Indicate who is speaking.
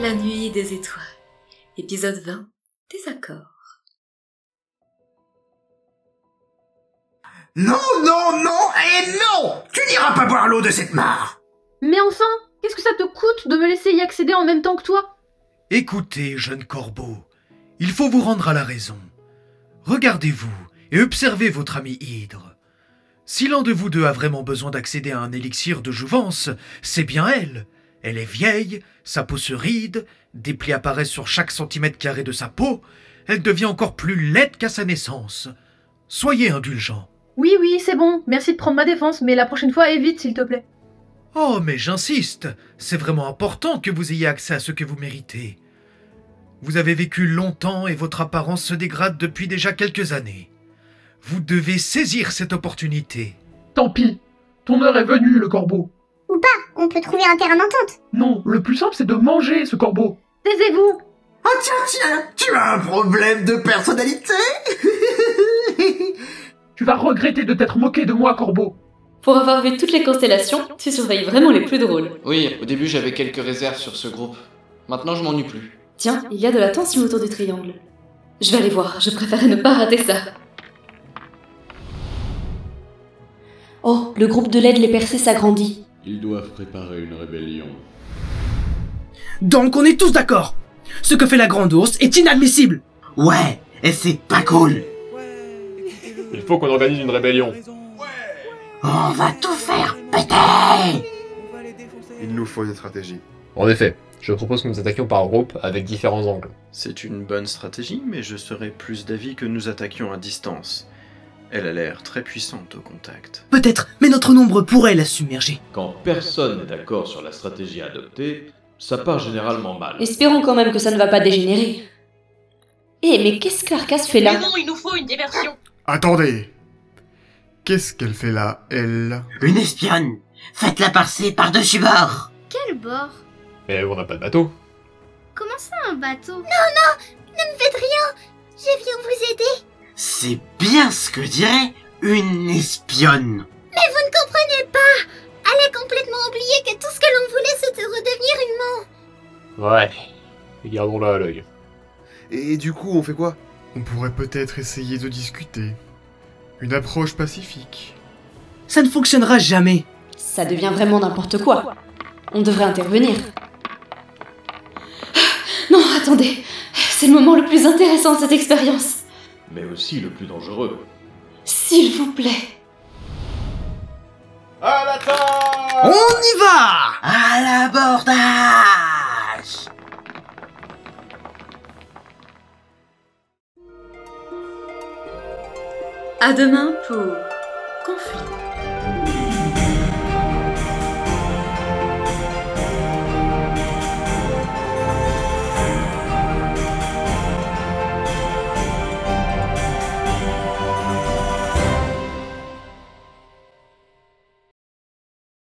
Speaker 1: La nuit des étoiles, épisode 20, des accords.
Speaker 2: Non, non, non et non Tu n'iras pas boire l'eau de cette mare
Speaker 3: Mais enfin, qu'est-ce que ça te coûte de me laisser y accéder en même temps que toi
Speaker 4: Écoutez, jeune corbeau, il faut vous rendre à la raison. Regardez-vous et observez votre ami Hydre. Si l'un de vous deux a vraiment besoin d'accéder à un élixir de jouvence, c'est bien elle. Elle est vieille, sa peau se ride, des plis apparaissent sur chaque centimètre carré de sa peau, elle devient encore plus laide qu'à sa naissance. Soyez indulgent.
Speaker 3: Oui, oui, c'est bon, merci de prendre ma défense, mais la prochaine fois, évite, s'il te plaît.
Speaker 4: Oh, mais j'insiste, c'est vraiment important que vous ayez accès à ce que vous méritez. Vous avez vécu longtemps et votre apparence se dégrade depuis déjà quelques années. Vous devez saisir cette opportunité.
Speaker 5: Tant pis. Ton heure est venue, le corbeau.
Speaker 6: On peut trouver un terrain d'entente.
Speaker 5: Non, le plus simple, c'est de manger ce corbeau.
Speaker 3: Taisez-vous
Speaker 2: Oh tiens, tiens Tu as un problème de personnalité
Speaker 5: Tu vas regretter de t'être moqué de moi, corbeau.
Speaker 1: Pour avoir vu toutes les constellations, tu surveilles vraiment les plus drôles.
Speaker 7: Oui, au début j'avais quelques réserves sur ce groupe. Maintenant je m'ennuie plus.
Speaker 1: Tiens, il y a de la tension autour du triangle. Je vais aller voir, je préférais ne pas rater ça.
Speaker 8: Oh, le groupe de l'aide les percées s'agrandit.
Speaker 9: Ils doivent préparer une rébellion.
Speaker 10: Donc on est tous d'accord. Ce que fait la grande ours est inadmissible.
Speaker 2: Ouais, et c'est pas cool
Speaker 9: Il faut qu'on organise une rébellion.
Speaker 2: On va tout faire péter
Speaker 11: Il nous faut une stratégie.
Speaker 12: En effet, je propose que nous attaquions par groupe avec différents angles.
Speaker 7: C'est une bonne stratégie, mais je serais plus d'avis que nous attaquions à distance. Elle a l'air très puissante au contact.
Speaker 10: Peut-être, mais notre nombre pourrait la submerger.
Speaker 9: Quand personne n'est d'accord sur la stratégie adoptée, ça part généralement mal.
Speaker 8: Espérons quand même que ça ne va pas dégénérer. Eh, mais qu'est-ce qu'Arcas fait là
Speaker 13: non, il nous faut une diversion.
Speaker 11: Attendez Qu'est-ce qu'elle fait là, elle
Speaker 2: Une espionne Faites-la passer par-dessus bord
Speaker 14: Quel bord
Speaker 12: Mais on n'a pas de bateau.
Speaker 14: Comment ça un bateau
Speaker 6: Ne me faites rien Je viens vous aider
Speaker 2: C'est bien ce que dirait une espionne
Speaker 6: Vous ne comprenez pas Elle a complètement oublié que tout ce que l'on voulait, c'était redevenir humain
Speaker 12: Ouais, gardons-la à l'œil.
Speaker 11: Et du coup, on fait quoi On pourrait peut-être essayer de discuter. Une approche pacifique.
Speaker 10: Ça ne fonctionnera jamais.
Speaker 8: Ça devient vraiment n'importe quoi. On devrait intervenir. Non, attendez. C'est le moment le plus intéressant de cette expérience.
Speaker 9: Mais aussi le plus dangereux.
Speaker 8: S'il vous plaît.
Speaker 9: À l'attaque
Speaker 10: On y va
Speaker 2: À l'abordage
Speaker 1: À demain pour Conflit.